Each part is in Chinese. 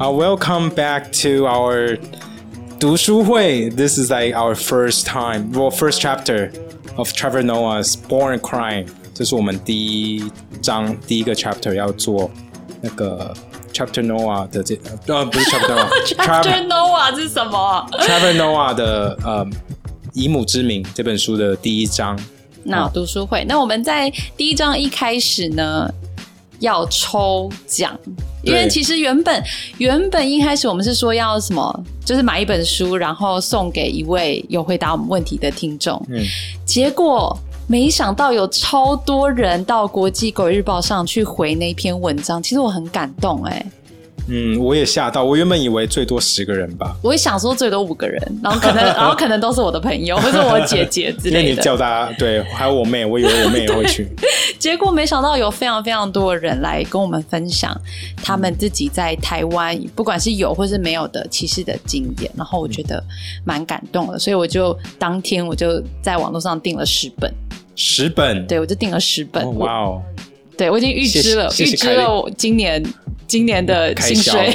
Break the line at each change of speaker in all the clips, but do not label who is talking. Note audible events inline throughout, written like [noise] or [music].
Uh, welcome back to our 读书会. This is like our first time, well, first chapter of Trevor Noah's Born Crime. 这是我们第一章第一个 chapter 要做那个 Chapter Noah 的这呃不是 Chapter Noah，Trevor
[laughs] Chapter Noah 是什么？
Trevor Noah 的呃《以母之名》这本书的第一章。
那读书会，那我们在第一章一开始呢，要抽奖，因为
对
其实原本原本一开始我们是说要什么，就是买一本书，然后送给一位有回答我们问题的听众。
嗯，
结果没想到有超多人到国际狗日报上去回那篇文章，其实我很感动哎、
嗯，我也吓到，我原本以为最多十个人吧，
我也想说最多五个人，然
[laughs]
后可能然后可能都是我的朋友或者我姐姐之
因为
类
你
的。
叫大家对，还有我妹，我以为我妹也会
[laughs]
去。
结果没想到有非常非常多的人来跟我们分享他们自己在台湾，不管是有或是没有的歧视的经验，然后我觉得蛮感动的，所以我就当天我就在网络上订了十本，
嗯十本，
对我就订了十本，
哦，
我
哇哦，
对我已经预知了，
谢谢谢谢
预知了我今年今年的
开
薪
销，
水，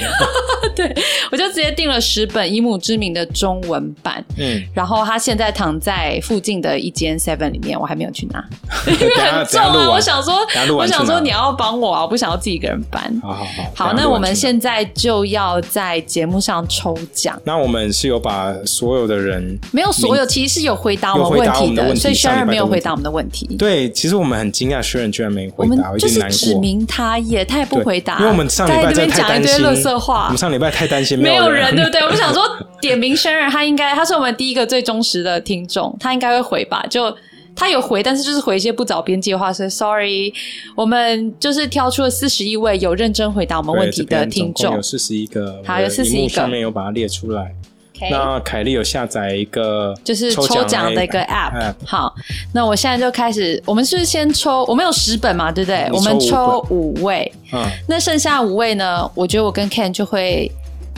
对 [laughs] 我就直接订了十本《以母之名》的中文版。 [laughs]
嗯，
然后它现在躺在附近的一间 Seven 里面，我还没有去拿，因
等
为
一下
[laughs] 很
等一
重
下录
啊。
完
我想说
等一下录，
我
完去拿
想说你要帮我啊，我不想要自己一个人搬。
好好好，
好，
等一下
那
录完啊
我们
去拿
现在就要在节目上抽奖，
那我们是有把所有的人，
没有所有，其实是有回答我
有
们
回
问
答我
题
们的问题
所以 s h
上礼
a
拜
r o
的
没有
问
回
题
答我们的问题。
对，其实我们很惊讶，薛仁居然没
我
回
们
答，有
就
点
是
难
指
过，
明他耶，他也不
对
回答，
因为我们上礼
在
拜
那
真
边
的太
讲一
担
堆
心，
垃圾话
我们，上礼拜太担心
没有人，
人，
对不对？我们想说点名 Sharon，他应该他是我们第一个最忠实的听众，他应该会回吧？就他有回，但是就是回一些不着边际的话，所以 sorry，我们就是挑出了四十一位有认真回答我们
对
问题
这
的
边
听
总共
众
有。四十一个，
好
我的
有41
荧幕
个
上面有把它列出来。
OK，
那凯莉有下载一个
就是抽奖的一个 app。好，那我现在就开始，我们是不是先抽？我们有十本嘛，对不对？
你抽
我们抽
五
五位，
嗯，
那剩下五位呢？我觉得我跟 Ken 就会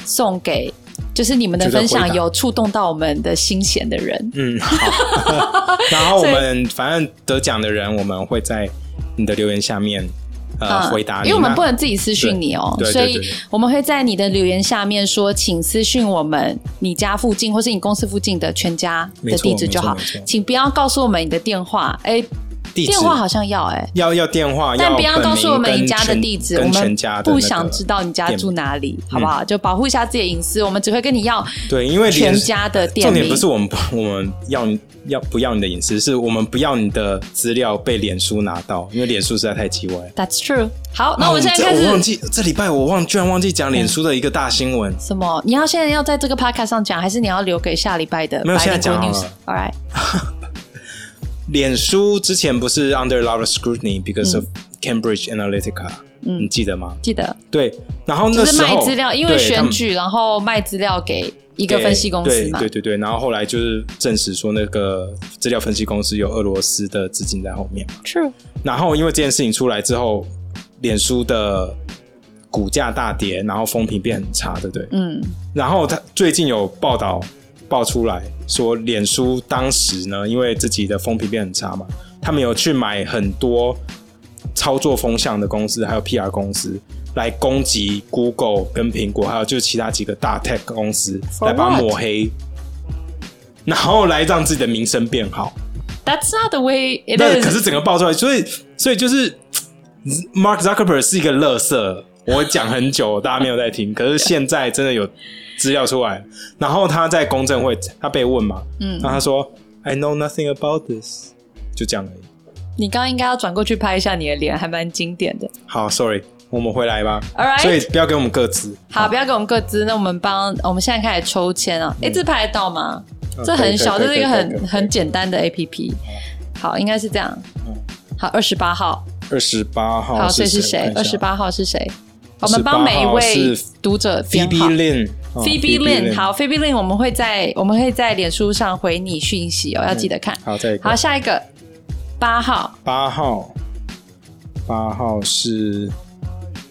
送给，就是你们的
值得
分
回
享
答
有触动到我们的心弦的人。 [laughs]
嗯，好。然后我们反正得奖的人，我们会在你的留言下面呃
嗯，
回答你，
因为我们
那
不能自己私讯你哦，
对对
所
对
以
对
我们会在你的留言下面说，请私讯我们你家附近或是你公司附近的全家的地址就好
没错没错没错，
请不要告诉我们你的电话，哎，
地址
电话好像要哎。
要要电话，
但不要
本
告诉
名
我们你
跟
家的
全
地址，我
跟
们
全家的
不
那个
想知道你家
店嗯
住哪里，好不好？就保护一下自己的隐私，我们只会跟你要
对，因为连
全家的店
重
名。
点不是我们不我们要你要不要你的隐私，是我们不要你的资料被脸书拿到，因为脸书实在太奇怪了。
That's true。好，那我现在
啊这
开
我忘
始嗯
记这礼拜我忘居然忘记讲脸书的一个大新闻，
什么？你要现在要在这个 podcast 上讲，还是你要留给下礼拜的
没有现在
Bilingual
讲好
news？
了
All right。
脸书之前不是 under a lot of scrutiny because of Cambridge Analytica，、你记得吗？
记得
对，然后
就
那
嗯是
时候
卖资料，因为
对他
选
们
举，然后卖资料给一个
对
分析公司嘛
对。对对对，然后后来就是证实说那个资料分析公司有俄罗斯的资金在后面嘛。
True，
然后因为这件事情出来之后，脸书的股价大跌，然后风评变很差，对不对？
嗯，
然后他最近有报道爆出来说，脸书当时呢，因为自己的风评变很差嘛，他们有去买很多操作风向的公司，还有 PR 公司。来攻击 Google 跟苹果，还有就是其他几个大 tech 公司
For
来把它
what？
抹黑，然后来让自己的名声变好。
That's not the way
[laughs]
it
那可
is。
是整个爆出来，所以所以就是 Mark Zuckerberg 是一个乐色。我讲很久，大家没有在
[laughs]
听，可是现在真的有资料出来。然后他在公证会，他被问嘛，嗯，然后他说 I know nothing about this，就这样而已。
你刚刚应该要转过去拍一下你的脸，还蛮经典的。
好，Sorry，我们回来吧。
All right
所以不要给我们各自。
好，不要给我们各自，那我们帮我们现在开始抽签啊！哎，这拍得到吗？这很小，
嗯可以
这
可以
是一个
可以可以嗯可
很
以
很简单的 APP。好，应该是这样。
嗯
好，二十八号，
二十八号，
好，所以是谁？二十。八号是谁？我们帮每一
号
位
是
读者编
Phoebe
号。
Lin，哦
Phoebe
Phoebe
Lin，好，Phoebe Lin，我们会在我们会在脸书上回你讯息
嗯
哦，要记得看。
好，再一个
好，下一个八号
八号，八号是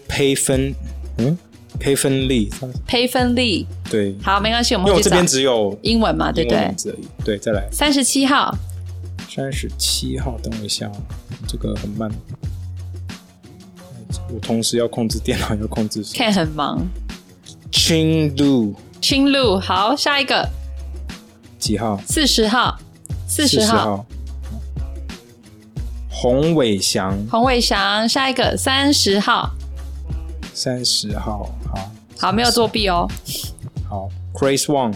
佩芬，嗯，佩芬利，她
裴芬利，
对，
好，没关系，我
因为
们
我
会
这
去
边
找
只有
英文嘛，对
英
不
文
对
名？字而已。对，再来
三十七号，
三十七号，等我一下哦，这个很慢。我同时要控制电脑，要控制手
Ken 很忙
Chin Lu
青路，好，下一个
几号？
四十号，四十号，
号。洪伟翔
洪伟翔，下一个三十号，
三十号，好
好，没有作弊哦。
好。Grace Wang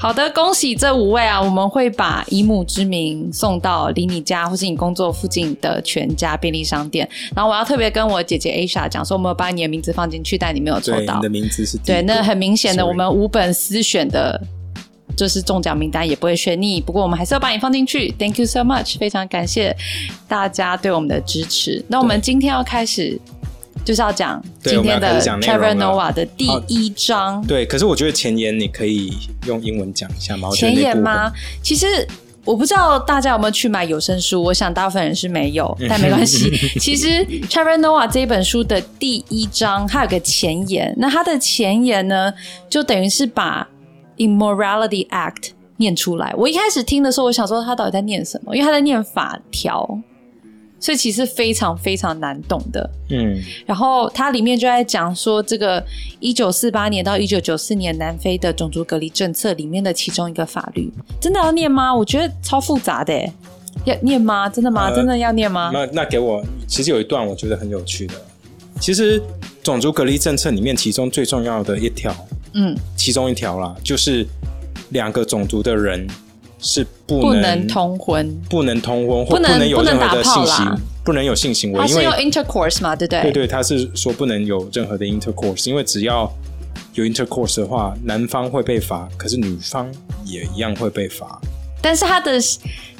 好的，恭喜这五位啊！我们会把以母之名送到离你家或是你工作附近的全家便利商店。然后我要特别跟我姐姐 Asia 讲说，我们有把你的名字放进去，但你没有抽
对，
到
你的。名字是第一
对，
个
那很明显的，
Sorry
我们五本私选的，就是中奖名单也不会选你。不过我们还是要把你放进去。Thank you so much，非常感谢大家对我们的支持。那我们今天要开始就是要讲
对
今
我们
天
要开
的
始讲内容
Trevor
了
Noah 的第一章。
对，可是我觉得前言你可以用英文讲一下吗？我觉得
前
那
言
部
吗？其实我不知道大家有没有去买有声书，我想大部分人是没有，但没关系。其实 Trevor Noah 这一本书的第一章，它有个前言，那它的前言呢，就等于是把 Immorality Act 念出来。我一开始听的时候，我想说他到底在念什么，因为他在念法条。所以其实非常非常难懂的，
嗯，
然后它里面就在讲说，这个一九四八年到一九九四年南非的种族隔离政策里面的其中一个法律，真的要念吗？我觉得超复杂的耶，要念吗？真的吗？
呃
真的要念吗？
那那给我，其实有一段我觉得很有趣的。其实嗯种族隔离政策里面，其中最重要的一条，
嗯，
其中一条啦，就是两个种族的人是不能
不能通婚，
不能通婚，或
不能
有任何的
不能打
性
炮啦
行，不能有性行为，
它
因
是
为
用 intercourse 嘛，对不对？
对对，他是说不能有任何的 intercourse，因为只要有 intercourse 的话，男方会被罚，可是女方也一样会被罚。
但是它的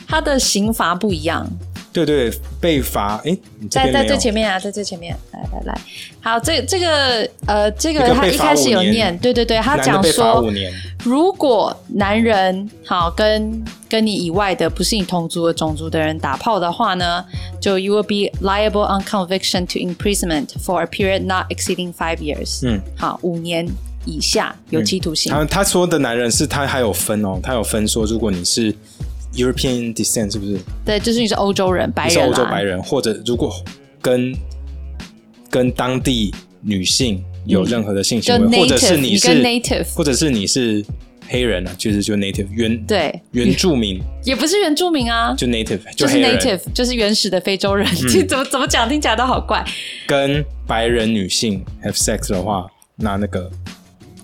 它的刑罚不一样，
对对，被罚。哎，你这
在
边
在
没有
最前面啊，在最前面，来来来，好，这这个呃，这个
这个
他
被
一
罚
开始
五
有
年
念，对对对，他
男的
讲
被罚
说
五年。
如果男人好跟跟你以外的不是你同族的种族的人打炮的话呢，就 you will be liable on conviction to imprisonment for a period not exceeding five years。
嗯，
好，五年以下有期徒刑。
他他说的男人是他还有分哦，他有分说，如果你是 European descent，是不是？
对，就是你是欧洲人，白啊
你
人
是
啦，
欧洲白人，或者如果跟跟当地女性有任何的性
就
行为，或者
native，
是
你
是
跟 native
或者是你是黑人啊，就是就 native 原
对，
原住民
也不是原住民啊。
就 native
就是
黑人嗯
native，就是原始的非洲人，这、 [laughs] 怎么怎么讲听起来都好怪。
跟白人女性 have sex 的话，那那个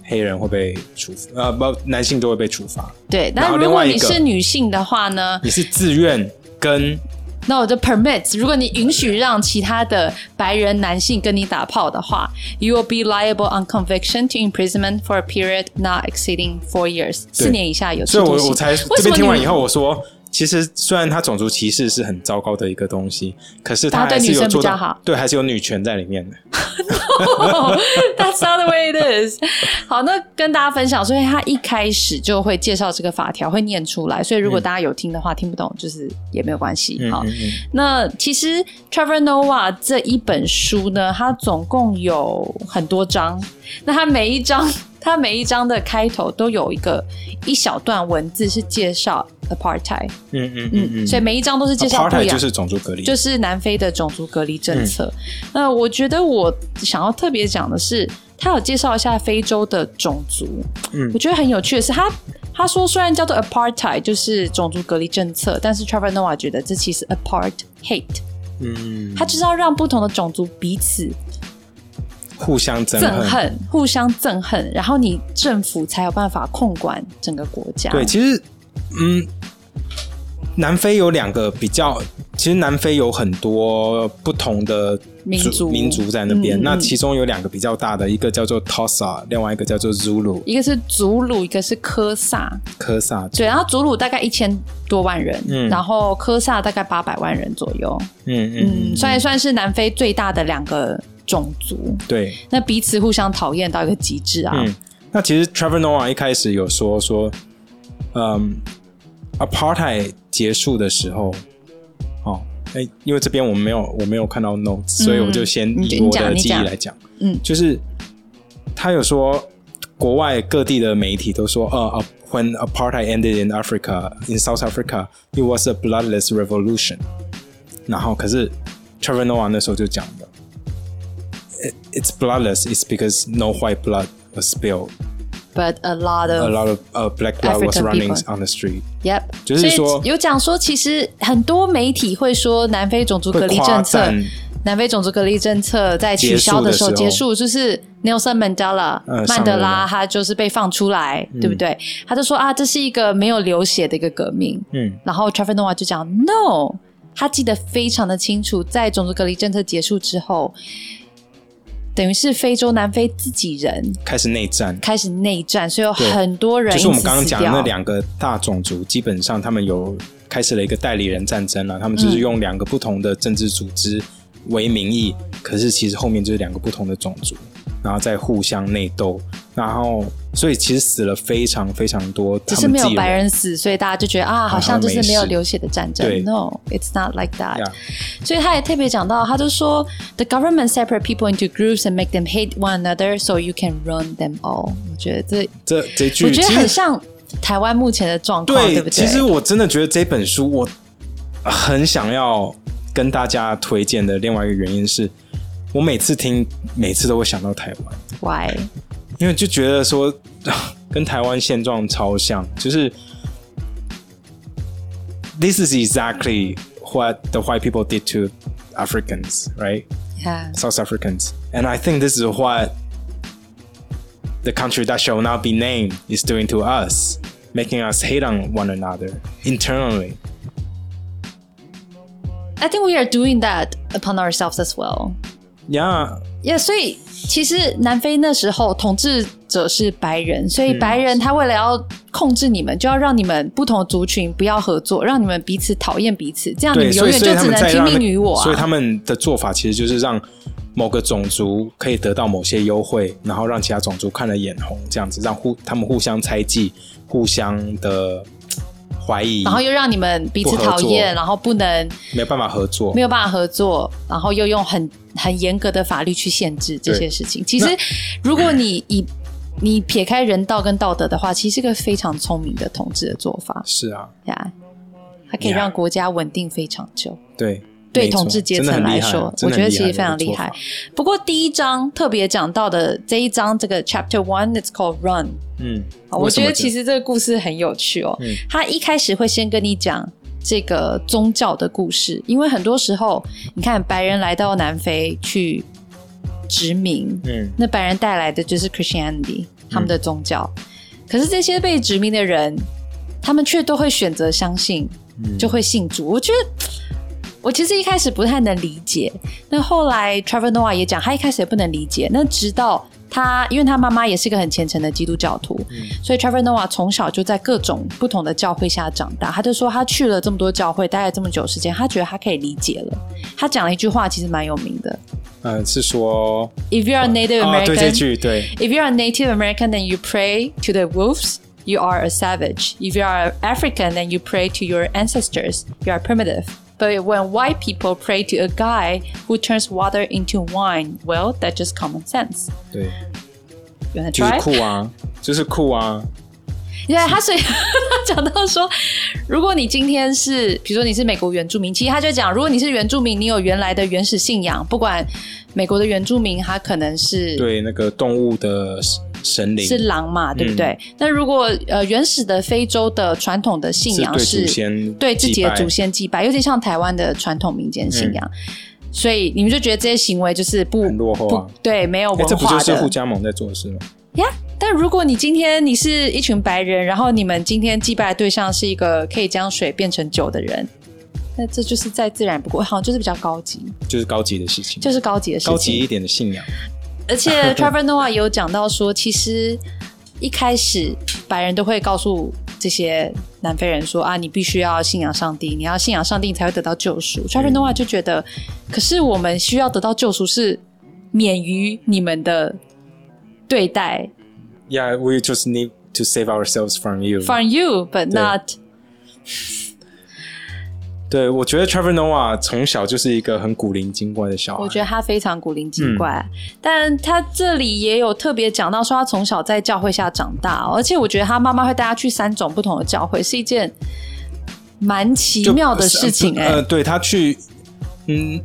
黑人会被处呃不男性都会被处罚。
对，
然
那
后
如
另
果
外一
你
个
是女性的话呢，
你是自愿跟
那我就 permit，如果你允许让其他的白人男性跟你打炮的话，you will be liable on conviction to imprisonment for a period not exceeding four years，四年以下有期
所以
徒
我
刑。
我
[laughs]
才
为
这
什
边
么
听完
你
以后，我说，其实虽然他种族歧视是很糟糕的一个东西，可是他
他对
还是
女
有
生
做
比较
到
好
对，还是有女权在里面的。
That's not the way it is。好，那跟大家分享，所以他一开始就会介绍这个法条，会念出来。所以如果大家有听的话，听不懂就是也没有关系。
嗯
好，
嗯嗯，
那其实 Trevor Noah 这一本书呢，它总共有很多章，那它每一章， [laughs] 它每一章的开头都有一个一小段文字是介绍 apartheid，
嗯嗯
嗯
嗯
嗯，
嗯，
所以每一章都是介绍不
Apartheid
一样
就。是种族隔离，
就是南非的种族隔离政策。
嗯
那我觉得我想要特别讲的是，他有介绍一下非洲的种族。
嗯
我觉得很有趣的是，他他说虽然叫做 apartheid，就是种族隔离政策，但是 Trevor Noah 觉得这其实 apart hate，
嗯，
他就是要让不同的种族彼此
互相憎
憎恨，互相憎恨，然后你政府才有办法控管整个国家。
对，其实嗯，南非有两个比较，其实南非有很多不同的
民族
民族在那边。
嗯嗯
那其中有两个比较大的，一个叫做 Tosa，另外一个叫做 Zulu
一个是祖鲁，一个是科萨，
科萨。
对，然后祖鲁大概一千多万人，
嗯
然后科萨大概八百万人左右，
嗯嗯
嗯，所以算是南非最大的两个种族，
对。
那彼此互相讨厌到一个极致啊，
嗯，那其实 Trevor Noah 一开始有说说，嗯，apartheid 结束的时候，哦，哎，因为这边我没有我没有看到 notes，、所以我就先
你
以
你
我
讲
的
你
记忆
讲
来讲，
嗯
就是他有说，国外各地的媒体都说，呃、w h e n apartheid ended in Africa in South Africa, it was a bloodless revolution。然后可是 Trevor Noah 那时候就讲的，It- It's bloodless. It's because no white blood a spill.
but a lot
A
of
lot of uh, black blood was
African
running
people.
on the street.
Yep，
就是说
所以有讲说，其实很多媒体会说南非种族隔离政策
会夸赞，
南非种族隔离政策在取消的时候
结
结
束
束，就是 Nelson Mandela、
嗯
曼德
上任
拉
了
他就是被放出来，对不对？他就说啊，这是一个没有流血的一个革命。
嗯，
然后 Trevor Noah 就讲 No，他记得非常的清楚，在种族隔离政策结束之后，等于是非洲南非自己人
开始内战，
开始内战，所以有
对
很多人
就是我们
因此
刚刚
死
讲的
掉
那两个大种族，基本上他们有开始了一个代理人战争了。他们
嗯
就是用两个不同的政治组织为名义，可是其实后面就是两个不同的种族，然后再互相内斗，然后所以其实死了非常非常多，
只
他
是
们
没
自
有
己
白
人。
人死，所以大家就觉得啊，好像就是没有流血的战争
对。
No，it's not like that。
Yeah.
所以他也特别讲到，他就说，the government separate people into groups and make them hate one another so you can run them all。我觉得这，
这这句
我觉得
其实
很像台湾目前的状况，对不对？
其实我真的觉得这本书我很想要跟大家推荐的另外一个原因是，我每次听每次都会想到台湾，
why
因为就觉得说 [sighs] 跟台湾现状超像，就是 This is exactly what the white people did to Africans, right?
yeah
South Africans, and I think this is what the country that shall not be named is doing to us, making us hate on one another internally.
I think we are doing that upon ourselves as well.
Yeah,
耶所以其实南非那时候统治者是白人，所以白人他为了要控制你们，就要让你们不同族群不要合作，让你们彼此讨厌彼此，这啊样
对，
你们
所
永
以
远
所以他
就只
们
能
在
听
让那
命于我
所以
啊。
他们的做法其实就是让某个种族可以得到某些优惠，然后让其他种族看了眼红，这样子让互他们互相猜忌，互相的嘖怀疑，
然后又让你们彼此
不合
讨
作
厌，然后不能
没有办法合作
没。有办法合作，然后又用很很严格的法律去限制这些事情。其实，如果你以你撇开人道跟道德的话，其实是个非常聪明的统治的做法
是啊，
呀，它可以
Yeah
让国家稳定非常久。
对，
对
没错
统治阶
真的
层
很
来
厉害
说，
真
我
的
觉得
很
其实非常
这个
厉
做
害
法。
不过第一章特别讲到的这一章，这个 Chapter One，it's called Run。
嗯，
好我
为什
觉
么
得
这
其实这个故事很有趣哦。
嗯
他一开始会先跟你讲这个宗教的故事，因为很多时候你看白人来到南非去殖民，
嗯
那白人带来的就是 Christianity 他们的宗教。可是这些被殖民的人，他们却都会选择相信，
嗯
就会信主。我觉得。我其实一开始不太能理解，那后来 Trevor Noah 也讲，他一开始也不能理解，那直到他，因为他妈妈也是一个很虔诚的基督教徒，
嗯
所以 Trevor Noah 从小就在各种不同的教会下长大。他就说他去了这么多教会，待了这么久时间，他觉得他可以理解了。他讲了一句话，其实蛮有名的
呃是说
：If you are a Native
啊，对这
American，、
句对
If you are a Native American and you pray to the wolves, you are a savage. If you are African and you pray to your ancestors, you are primitive. But when white people pray to a guy who turns water into wine, well, that's just common sense.
对，
You wanna
就是
try?
酷啊，就是酷啊，
对他所以他 [laughs] 讲到说，如果你今天是， [laughs] 比如说你是美国原住民，其实他就讲，如果你是原住民，你有原来的原始信仰，不管美国的原住民，他可能是
对那个动物的神灵
是狼嘛，对不对？
嗯
那如果呃原始的非洲的传统的信仰
是对
是
祖先
对自己
祭
的
拜嗯
祖先祭拜，有点像台湾的传统民间信仰，所以你们就觉得这些行为就是不
很落后啊
不对，没有
哎，这
文
不
化
就是
的
互加盟在做的事吗？
呀。但如果你今天你是一群白人，然后你们今天祭拜的对象是一个可以将水变成酒的人，那这就是再自然不过，好像就是比较高级，
就是高级的事情，
就是高级的事情。
高级一点的信仰。
而且 Trevor Noah 也有讲到说，其实一开始白人都会告诉这些南非人说啊，你必须要信仰上帝，你要信仰上帝你才会得到救赎。Trevor Noah 就觉得，可是我们需要得到救赎是免于你们的对待
Yeah, we just need to save ourselves from you.
，from you，but not
对，我觉得 Trevor Noah 从小就是一个很古灵精怪的小孩。
我觉得他非常古灵
嗯
精怪，但他这里也有特别讲到说，他从小在教会下长大，哦而且我觉得他妈妈会带他去三种不同的教会，是一件蛮奇
就
妙的事情哎、
呃，对他去，嗯，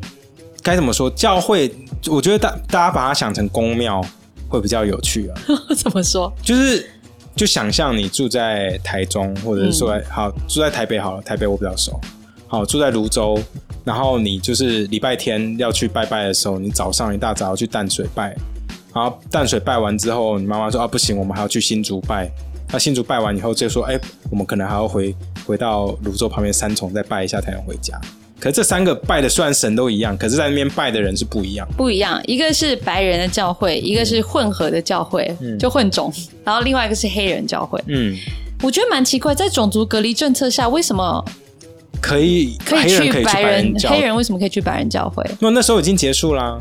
该怎么说？教会，我觉得大大家把它想成公庙，会比较有趣啊。
[laughs] 怎么说？
就是就想象你住在台中，或者是说、
嗯
好住在台北好了，台北我比较熟。好住在泸州，然后你就是礼拜天要去拜拜的时候，你早上一大早要去淡水拜，然后淡水拜完之后，你妈妈说啊不行，我们还要去新竹拜。那新竹拜完以后就说，哎、我们可能还要回回到泸州旁边三重再拜一下才能回家。可是这三个拜的虽然神都一样，可是在那边拜的人是不一样。
不一样，一个是白人的教会，
嗯
一个是混合的教会，就混种，然后另外一个是黑人教会。
嗯，
我觉得蛮奇怪，在种族隔离政策下，为什么
可以，
可以
黑人可以去
白
白人教
黑人为什么可以去白人教会？
那那时候已经结束啦。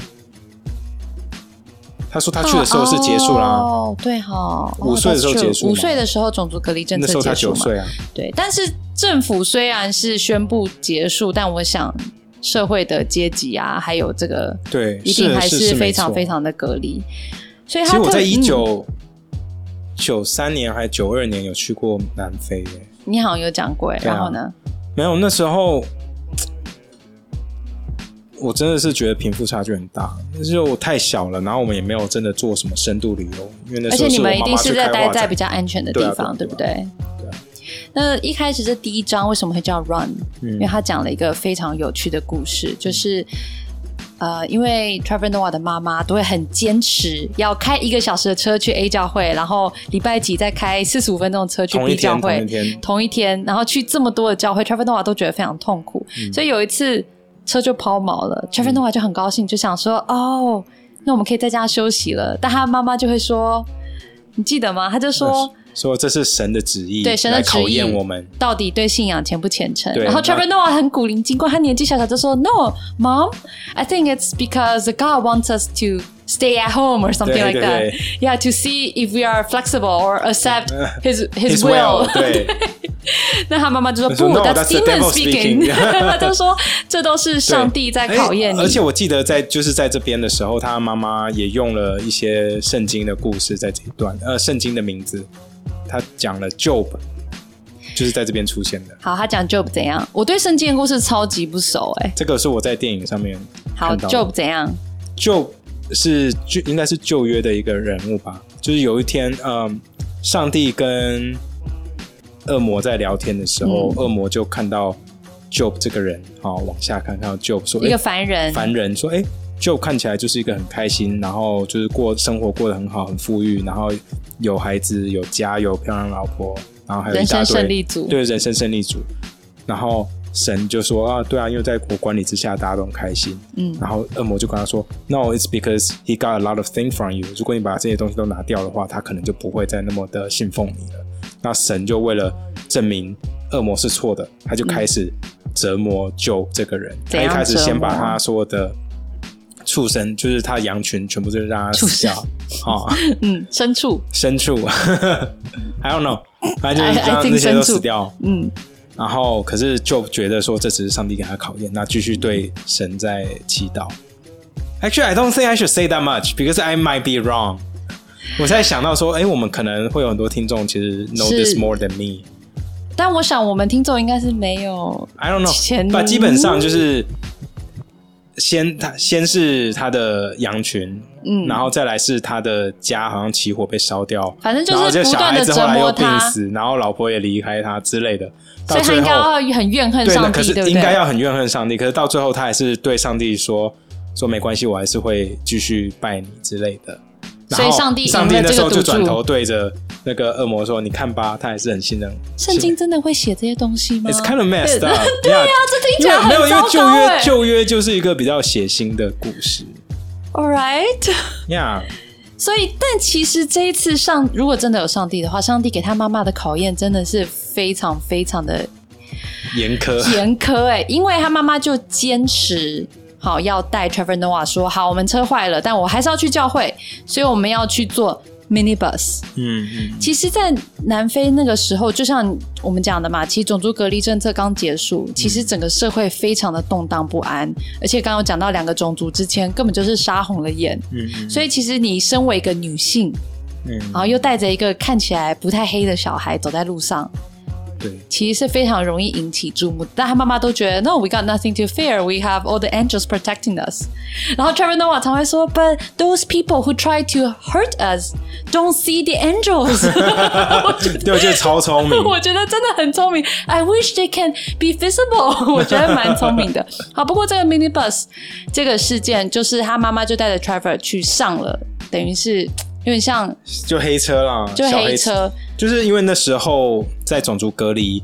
他说他去的时候是结束啦，
哦，对哈、哦，
五岁的时候结束嘛
五岁的时候种族隔离政
那时
策
候他
结束
九
嘛？
岁啊。
对，但是政府虽然是宣布结束，但我想社会的阶级啊，还有这个
对，
一定还
是是
非常非。
没错
常的隔离。所以
其
他
实我
特
在
嗯
一九九三年还九二年有去过南非耶，
你好像有讲过耶，
对啊
然后呢？
没有那时候，我真的是觉得贫富差距很大，就是我太小了，然后我们也没有真的做什么深度旅游，因为那时
而且
候
你
是我
们一
妈
定
妈去
是在
开
待
画
在比
展。
较安全的地方，
对
对
啊
不
对
对
对啊？
那一开始这第一章为什么会叫 Run？、
嗯
因为他讲了一个非常有趣的故事，就是。呃，因为 Trevor Noah 的妈妈都会很坚持要开一个小时的车去 A 教会，然后礼拜几再开四十五分钟的车去
同
B
一天，
教会
同一，天，
同一天，然后去这么多的教会，Trevor Noah 都觉得非常痛苦，
嗯
所以有一次车就抛锚了，Trevor Noah 就很高兴，就想说哦，那我们可以在家休息了。但他妈妈就会说，你记得吗？他就说。
说这是神的旨意，
对神的
来
旨
考验
意
我们。
到底对信仰虔不虔诚？
对
然后
那
Trevor Noah 很古灵精怪，他年纪小小就说：“No, Mom, I think it's because God wants us to stay at home or
对对
something like that.
对
Yeah, to see if we are flexible or accept His
Uh,
His
，His
will.
will，对，
[laughs] 那他妈妈就说
他说
不
"No,
，That's
that's the
demon
devil
speaking。
speaking."
[laughs] 他就说这都是上帝在考验你。
哎对而且我记得在就是在这边的时候，他妈妈也用了一些圣经的故事在这一段，呃，圣经的名字，他讲了 Job，就是在这边出现的。
好，他讲 Job 怎样？我对圣经的故事超级不熟哎、
这个是我在电影上面
好
看到的哎
，Job 怎样？
Job 是就应该是旧约的一个人物吧，就是有一天，嗯，上帝跟恶魔在聊天的时
嗯
候，恶魔就看到 Job 这个人，好、往下看，看到 Job 说，
一
诶
个凡人，
凡人说，哎、就看起来就是一个很开心，然后就是过生活过得很好，很富裕，然后有孩子，有家，有漂亮老婆，然后还有一
人
大
生
堆
胜利组
对人生胜利组。然后神就说啊，对啊，因为在我管理之下，大家都很开心。
嗯
然后恶魔就跟他说，No, it's because he got a lot of thing from you。如果你把这些东西都拿掉的话，他可能就不会再那么的信奉你了。那神就为了证明恶魔是错的，他就开始折磨救这个人。他
怎
一
样
开始
折
先把
磨
他所有的畜生，就是他羊群，全部就让他
畜
死掉啊、哦，
嗯，牲畜，
牲畜 [laughs] ，I don't know，反正就是
I- I
让
think
那些都
牲畜
死掉。
嗯，
然后，可是就觉得说这只是上帝给他考验，那继续对神在祈祷。Actually, I don't think I should say that much because I might be wrong. 我在想到说，哎，我们可能会有很多听众其实 know
是
this more than me.
但我想我们听众应该是没有
I don't
前
know，但基本上就是先他先是他的羊群，嗯，然后再来是他的家好像起火被烧掉，
反正就是
然后这
不
小
断地
孩子后来
折
又
磨
病
他
死，然后老婆也离开他之类的，到
所以他
最
应该
后。
要很怨恨
对，那
上
可
帝，
是
对不
应该
对？
要很怨恨上帝，可是到最后他还是对上帝说说没关系，我还是会继续拜你之类的。然
所以
后
上帝赢
上帝
了
那
这
时
个
候就
赌
转
注
头对着那个恶魔说：“你看吧，他还是很信任。”
圣经真的会写这些东西吗
It's kind of messed
对
up.
[laughs] 对啊
Yeah，
这听起
因
来
为没有，
很
因为
糟
旧
糕
约
哎。
旧约就是一个比较血腥的故事。
All right，
Yeah，
所以，但其实这一次上，如果真的有上帝的话，上帝给他妈妈的考验真的是非常非常的
严苛。
严苛
[laughs]
哎、因为他妈妈就坚持好要带 Trevor Noah 说好，我们车坏了，但我还是要去教会，所以我们要去坐 minibus。
嗯嗯，
其实，在南非那个时候，就像我们讲的嘛，其实种族隔离政策刚结束，其实整个社会非常的动荡不安，而且刚刚有讲到两个种族之间根本就是杀红了眼，
嗯嗯
所以其实你身为一个女性，
嗯
哦然后又带着一个看起来不太黑的小孩走在路上，
对，
其实是非常容易引起注目的。但他妈妈都觉得，No, we got nothing to fear. We have all the angels protecting us. 然后 Trevor Noah 常会说，But those people who try to hurt us don't see the angels. 我觉得。
对，我觉得超聪明
[laughs] 我觉得真的很聪明。I wish they can be visible 。 [laughs] 我觉得蛮聪
[laughs]
明的。好，不过这个 mini bus 这个事件，就是他妈妈就带着 Trevor 去上了，等于是有点像
就黑车啦，
就
小
黑
车，
车，
就是因为那时候在种族隔离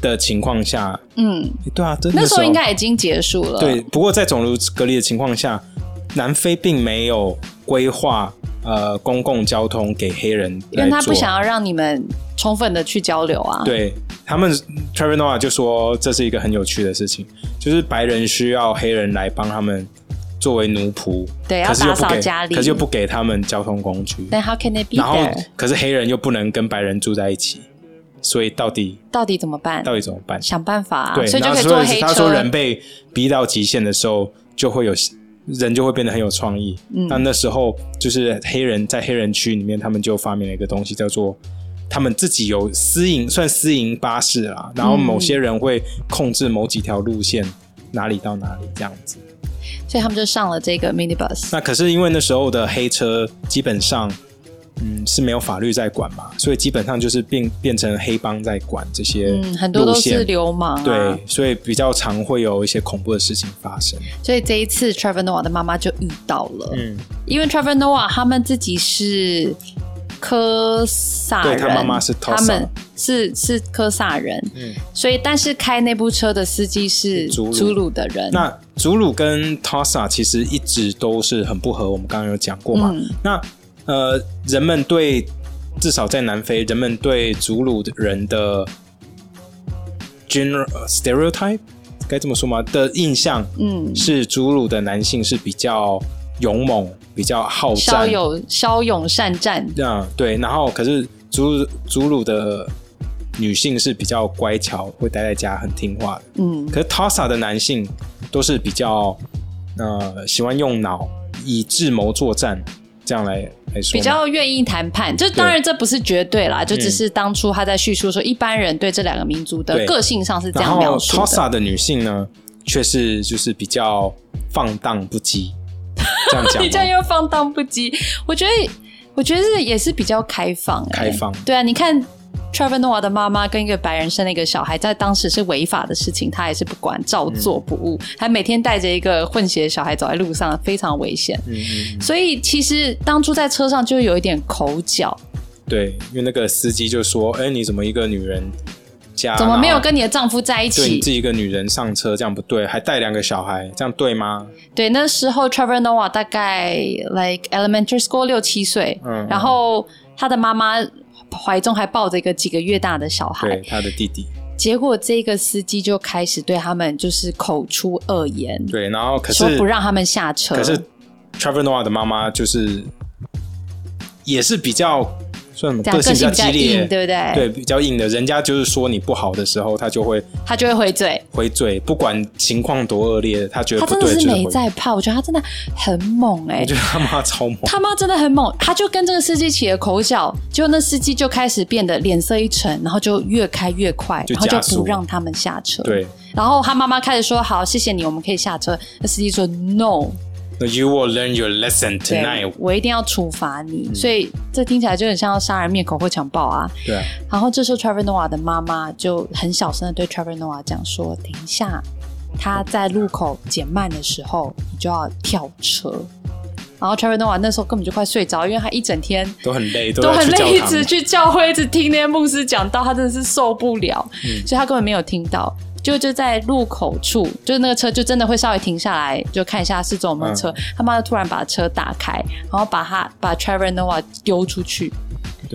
的情况下，
嗯，
诶对啊，真的
那时候应该已经结束了。
对。不过在种族隔离的情况下，南非并没有规划呃公共交通给黑人来做，
因为他不想要让你们充分的去交流啊。
[laughs] 对他们 Trevor Noah 就说这是一个很有趣的事情，就是白人需要黑人来帮他们作为奴仆，
对
可是又
要
不
打扫
给，
家里
可是又不给他们交通工具，
但 how can they be
然后
there？
可是黑人又不能跟白人住在一起，所以到底
到底怎么办？
到底怎么办？
想办法、啊，
对，
所以就
然后
可以
所
坐黑
他说人
车。
被逼到极限的时候，就会有人就会变得很有创意。
嗯
那那时候就是黑人在黑人区里面，他们就发明了一个东西，叫做他们自己有私营，算私营巴士啦。然后某些人会控制某几条路线。哪里到哪里这样子？
所以他们就上了这个 mini bus。
那可是因为那时候的黑车基本上，嗯，是没有法律在管嘛，所以基本上就是变变成黑帮在管这些路线、
嗯，很多都是流氓、啊。
对，，所以比较常会有一些恐怖的事情发生。
所以这一次 Trevor Noah 的妈妈就遇到了，
嗯，
因为 Trevor Noah 他们自己是科萨人，
对他妈妈是 Tosa
他们是是科萨人，
嗯
所以但是开那部车的司机是
祖鲁
祖鲁的人，
那祖鲁跟 Tosa 其实一直都是很不合，我们刚刚有讲过嘛。
嗯
那呃，人们对至少在南非，人们对祖鲁人的 general 呃 stereotype 该这么说吗？的印象
嗯，
是祖鲁的男性是比较勇猛、比较好
骁
战，
勇骁勇善战，
嗯，对。然后可是祖祖鲁的女性是比较乖巧，会待在家很听话的。
嗯，
可是 Tosa 的男性都是比较呃喜欢用脑以智谋作战，这样来来说
比较愿意谈判，就当然这不是绝对啦，就只是当初他在叙述说一般人对这两个民族的
嗯对
个性上是这
然
样
后
描述的。
Tosa 的女性呢，却是就是比较放荡不羁，这样
[laughs] 你这
讲
样
吗。
又放荡不羁，我觉得，我觉得是也是比较开放、欸，
开放
对啊，你看 Trevor Noah 的妈妈跟一个白人生了一个小孩，在当时是违法的事情，他也是不管，照做不误，
嗯
还每天带着一个混血小孩走在路上，非常危险。
嗯嗯，嗯
所以其实当初在车上就有一点口角，
对，因为那个司机就说：“哎，你怎么一个女人家
怎么没有
然后
跟你的丈夫在一
啊对你
起？
自己一个女人上车，这样不对，还带两个小孩，这样对吗？”
对，那时候 Trevor Noah 大概 like elementary school 六七岁，
嗯嗯
然后他的妈妈怀中还抱着一个几个月大的小孩
对，，他的弟弟，
结果这个司机就开始对他们就是口出恶言，
对，然后可
说
是
不让他们下车。
可是 Trevor Noah 的妈妈就是也是比较算什么
这样
个性比较
个性比较
激烈，
硬，对不对？
对，比较硬的。人家就是说你不好的时候，他就会
他就会回嘴。
回嘴，不管情况多恶劣，他觉得
他
不
真的
对就是是
没
回。
在怕，我觉得他真的很猛哎、
我觉得他妈超猛，
他妈真的很猛，他就跟这个司机起了口角，结果那司机就开始变得脸色一沉，然后就越开越快，
就
然后就
加速
不让他们下车。，
对
然后他妈妈开始说：“好，谢谢你，我们可以下车。”那司机说：“No，
那，You will learn your lesson
对
tonight。
我一定要处罚你。
嗯
所以这听起来就很像要杀人灭口或强暴啊。
对啊，
然后这时候 Trevor Noah 的妈妈就很小声的对 Trevor Noah 讲说：“等一下，他在路口减慢的时候，你就要跳车。”然后 Trevor Noah 那时候根本就快睡着，因为他一整天
都很累，都
都
要
很
去教
累，一
堂
直去教会，一直听那些牧师讲道，他真的是受不了，
嗯
所以他根本没有听到。就就在路口处，就是那个车就真的会稍微停下来，就看一下四周有没有车。
嗯
他妈就突然把车打开，然后把他把 Trevor Noah 丢出去，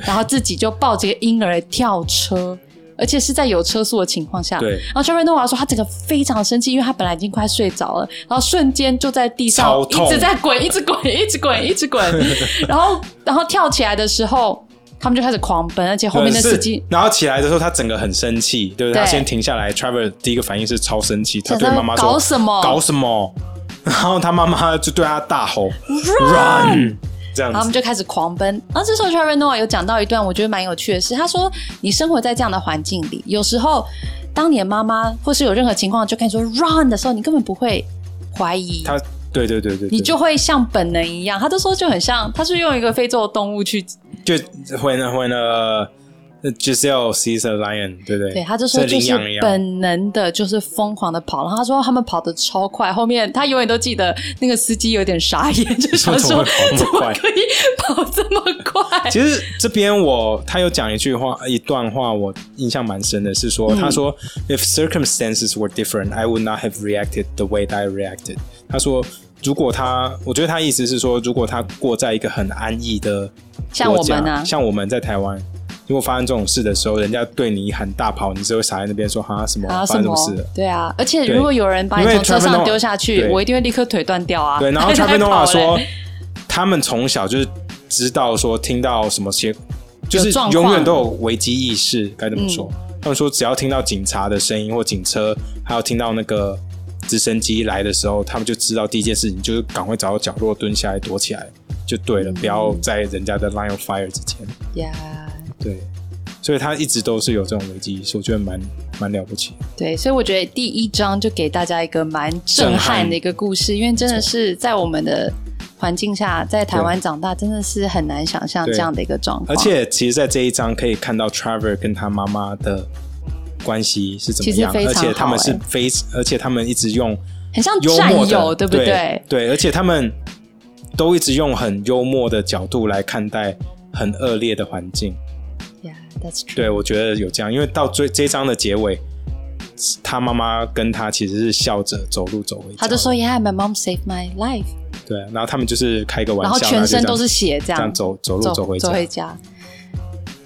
然后自己就抱着一个婴儿跳车，而且是在有车速的情况下。
对
然后 Trevor Noah 说他整个非常生气，因为他本来已经快睡着了，然后瞬间就在地上
超痛
一直在滚，一直滚，一直
[laughs]
滚，一直滚。然后，然后跳起来的时候，他们就开始狂奔，而且后面
对
的司
是啊
机
然后起来的时候，他整个很生气，对不对？
对
他先停下来，Trevor 第一个反应是超生气，他
想
对
说
妈妈说：“
搞什
[laughs]
么
搞什么？”然后他妈妈就对他大吼
run，
嗯这样
然后我们
子。
就开始狂奔。然后这时候 Trevor Noah 有讲到一段我觉得蛮有趣的事，他说：“你生活在这样的环境里，有时候当你的妈妈或是有任何情况就跟你说 run 的时候，你根本不会怀疑，
他对对对对，对
你就会像本能一样。”他就说就很像，他是用一个非洲的动物去，
就 when when 呃 Giselle sees a lion，对不对？
对，他就说就
领
是
养一样。
本能的，就是疯狂的跑。然后他说他们跑得超快，后面他永远都记得那个司机有点傻眼，就想
怎么会
说
跑这
怎
么
么
快
可以跑这么快？
[laughs] 其实这边我他有讲一句话一段话，我印象蛮深的，是
嗯
说、他说 If circumstances were different, I would not have reacted the way that I reacted。他说如果他，我觉得他意思是说，如果他过在一个很安逸的
像
国家
我们啊
像我们在台湾。如果发生这种事的时候，人家对你喊大跑，你只会傻在那边说哈什么、
啊
发
什
生什
么
么事了？
对啊，而且
对
如果有人把你
因为
从车
Trevor
上
Noah-
丢下去，
对
我一定会立刻腿断掉啊。 [laughs]
对，然后 t r
他
a v e
还
n
在
o
跑欸
a 说，
嘞
他们从小就是知道说听到什么些，就是
有状况嗯
永远都有危机意识，该怎么说？他们说只要听到警察的声音或警车，还有听到那个直升机来的时候，他们就知道第一件事情就是赶快找到角落蹲下来躲起来就对
嗯
了，不要在人家的 line of fire 之前。
呀。
对，所以他一直都是有这种危机意识，我觉得蛮蛮了不起的。
对，所以我觉得第一章就给大家一个蛮震
震
撼
撼
的一个故事，因为真的是在我们的环境下，在台湾长大，真的是很难想象
对
这样的一个状况。
而，且其实，在这一章可以看到 Trevor 跟他妈妈的关系是怎么样，
其实非
而
常好
且他们是
欸
非，而且他们一直用
很像
幽默
战
的，
友，对不
对？
对？
而且他们都一直用很幽默的角度来看待很恶劣的环境。
呀、yeah,，That's true。
对，我觉得有这样，因为到最这一章的结尾，他妈妈跟他其实是笑着走路走回家，
他就说：“Yeah, my mom saved my life。
对，然后他们就是开个”玩
然
笑，
后全身都是血，这
这
样
样走走路
走
走回
走
家
回家。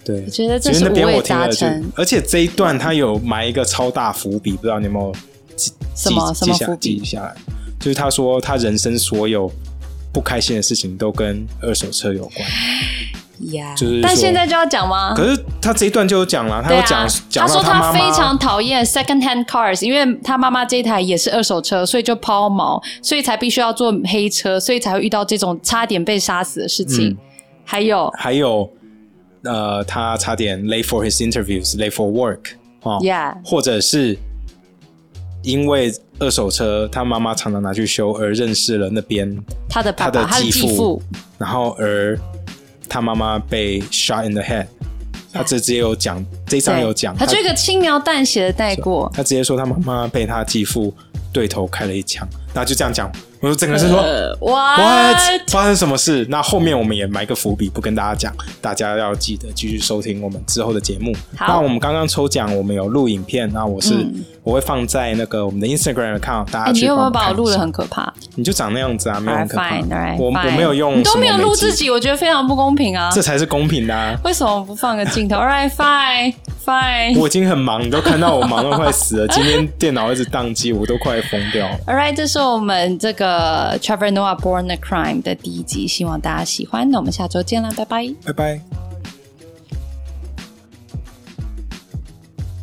对，
我觉得这
其实
是
那边
五味
我听了
杂
就
陈，
而且这一段他有埋一个超大伏笔，不知道你有没有记
什么
记
什
记
么
下
伏笔
记下来？就是他说他人生所有不开心的事情都跟二手车有关，
呀、
就是
但
说
现在就要讲吗？
可是他这一段就有讲了，他
啊对
有
啊，
讲、讲
他
到
说
妈妈
非常讨厌 second hand cars，因为他妈妈这一台也是二手车，所以就抛锚，所以才必须要做黑车，所以才会遇到这种差点被杀死的事情。
嗯
还有
还有呃，他差点 late for his interviews, late for work 哦
Yeah
或者是因为二手车他妈妈常常拿去修，而认识了那边
他的爸
他
爸，
的
他的
继
继
父，然后而他妈妈被 shot in the head，他这直接有讲，这一章有讲，
他就一个轻描淡写的带过。
他直接说他妈妈被他继父对头开了一枪，然后就这样讲，我就整个是说。
呃
What？
what？
发生什么事？那后面我们也埋个伏笔，不跟大家讲，大家要记得继续收听我们之后的节目。
好
那我们刚刚抽奖，我们有录影片，那我是、
嗯
我会放在那个我们的 Instagram account，大
哎、
家
你
去
有没
帮
有
们
把
看
我
一
录
下
的很可怕
你就长那样子啊，没有很可怕。
？Fine，right，
我
fine
我没有用，
你都没有录自，己，我觉得非常不公平啊！
这才是公平的、啊。
为什么不放个镜头？Alright，fine，fine。 [laughs]
我已经很忙，你都看到我忙到快死了。今天电脑一直宕机，我都快疯掉了。
Alright，这是我们这个 Trevor Noah Born a Crime 的第一集，希望大家喜欢。那我们下周见啦，拜拜。
拜拜。